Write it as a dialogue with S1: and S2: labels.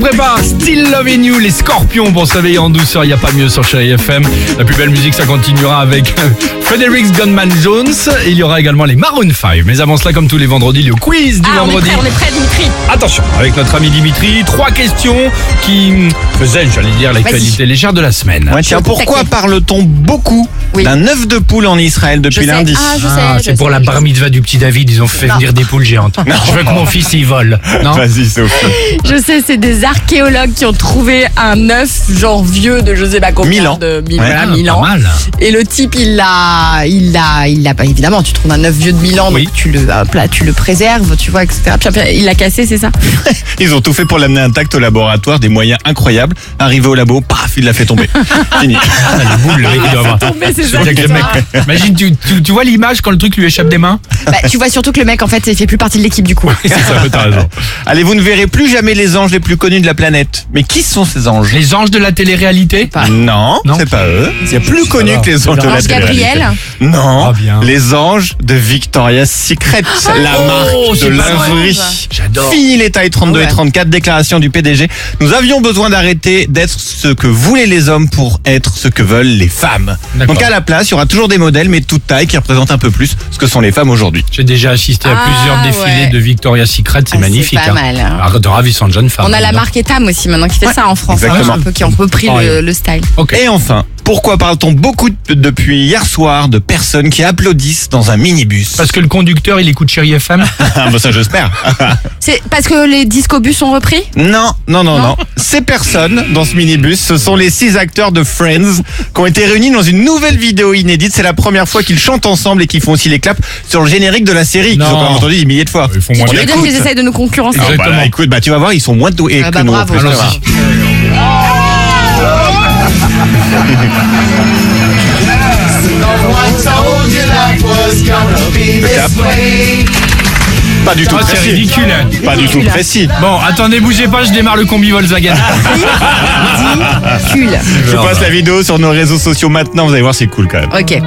S1: prépare Still Loving You, les scorpions pour s'éveiller en douceur. Il n'y a pas mieux sur Chérie FM. La plus belle musique, ça continuera avec Fredericks Gunman Jones. Et il y aura également les Maroon 5. Mais avant cela, comme tous les vendredis, le quiz du
S2: Ah, on est
S1: vendredi.
S2: prêt, on est prêt, Dimitri.
S1: Attention, avec notre ami Dimitri, trois questions qui hum, faisaient, j'allais dire, l'actualité légère de la semaine.
S3: Ouais, tiens,
S2: suis au
S3: pourquoi
S2: taquet.
S3: parle-t-on beaucoup
S2: Oui.
S3: d'un œuf de poule en Israël
S2: Je sais.
S3: depuis lundi
S2: Ah, je sais.
S1: Ah,
S2: je
S1: c'est pour
S2: sais,
S1: la
S2: je
S1: bar
S2: sais.
S1: mitzvah du petit David, ils ont fait venir des poules géantes. Je veux que mon fils y vole. Non
S3: Vas-y, Sophie.
S2: Je sais, c'est des archéologues qui ont trouvé un œuf, genre vieux de je sais pas combien.
S3: Mille ans.
S2: De mille,
S3: Ouais.
S2: voilà,
S1: Ah,
S2: mille
S1: pas
S2: ans.
S1: mal.
S2: Et le type, il l'a, il l'a, il l'a. bah, évidemment, tu trouves un œuf vieux de mille ans,
S1: Oui.
S2: donc tu le, hop là, tu le préserves, tu vois, etc. Puis après, il l'a cassé, c'est ça
S3: Ils ont tout fait pour l'amener intact au laboratoire, des moyens incroyables. Arrivé au labo, paf, il l'a fait tomber. Fini.
S1: Ah, les boules, le mec, il doit avoir.
S2: Tombé, c'est ça.
S1: C'est-à-dire que le mec- Imagine, tu, tu- tu vois l'image quand le truc lui échappe des mains
S2: Bah, tu vois surtout que le mec, en fait, il fait plus partie de l'équipe du coup.
S1: C'est ça, t'as raison.
S3: Allez, vous ne verrez plus jamais les anges les plus connus de la planète. Mais qui sont ces anges
S1: Les anges de la télé-réalité
S2: Pas.
S3: Non,
S1: Non.
S3: c'est pas eux. C'est plus
S1: Ça
S3: connu
S1: va.
S3: que les anges de la
S2: Ange
S3: télé
S2: Gabriel,
S3: Non,
S1: Ah, bien.
S3: les anges de Victoria's Secret, la
S1: oh,
S3: marque
S1: c'est
S3: de
S1: pas vrai.
S3: lingerie.
S1: J'adore.
S3: Fini les tailles 32 et
S2: Ouais.
S3: 34, déclaration du PDG. Nous avions besoin d'arrêter d'être ce que voulaient les hommes pour être ce que veulent les femmes.
S1: D'accord.
S3: Donc à la place, il y aura toujours des modèles, mais de toute taille, qui représentent un peu plus ce que sont les femmes aujourd'hui.
S1: J'ai déjà assisté à
S2: Ah,
S1: plusieurs défilés
S2: ouais.
S1: de Victoria's Secret, c'est
S2: Ah,
S1: magnifique.
S2: c'est pas mal, hein.
S1: Ah, De ravissantes jeunes femmes.
S2: on a la
S1: dedans.
S2: marque Etam aussi maintenant qui fait ça en France. hein,
S3: exactement.
S2: un peu, qui ont repris
S1: Oh,
S2: le,
S1: oui.
S2: le style.
S1: Ok.
S3: Et enfin, pourquoi parle-t-on beaucoup de- depuis hier soir de personnes qui applaudissent dans un minibus
S1: Parce que le conducteur, il écoute Chéri FM.
S3: Ah, bah ça j'espère.
S2: C'est parce que les discobus sont repris
S3: Non, non, non, non. Ces personnes dans ce minibus, ce sont les six acteurs de Friends qui ont été réunis dans une nouvelle vidéo inédite. C'est la première fois qu'ils chantent ensemble et qu'ils font aussi les claps sur le générique de la série qu'ils ont
S1: Non.
S3: quand même entendu des milliers de fois.
S1: Ils font
S2: Tu
S1: moins
S2: veux
S1: bien.
S2: dire qu'ils essayent de nous concurrencer
S3: Ah, bah,
S1: Exactement.
S3: écoute, bah tu vas voir, ils sont moins doués
S2: Ah,
S3: que
S2: bah,
S3: nous. en
S2: bravo.
S3: plus, tu vas
S1: Allons-y.
S3: voir. Le clap. Pas du tout
S1: Ah, c'est
S3: précis.
S1: ridicule. hein.
S3: Pas du tout précis.
S1: Bon, attendez, bougez pas, je démarre le combi Volkswagen.
S2: Cul.
S3: Je vous passe la vidéo sur nos réseaux sociaux maintenant, vous allez voir, c'est cool quand même.
S2: Ok.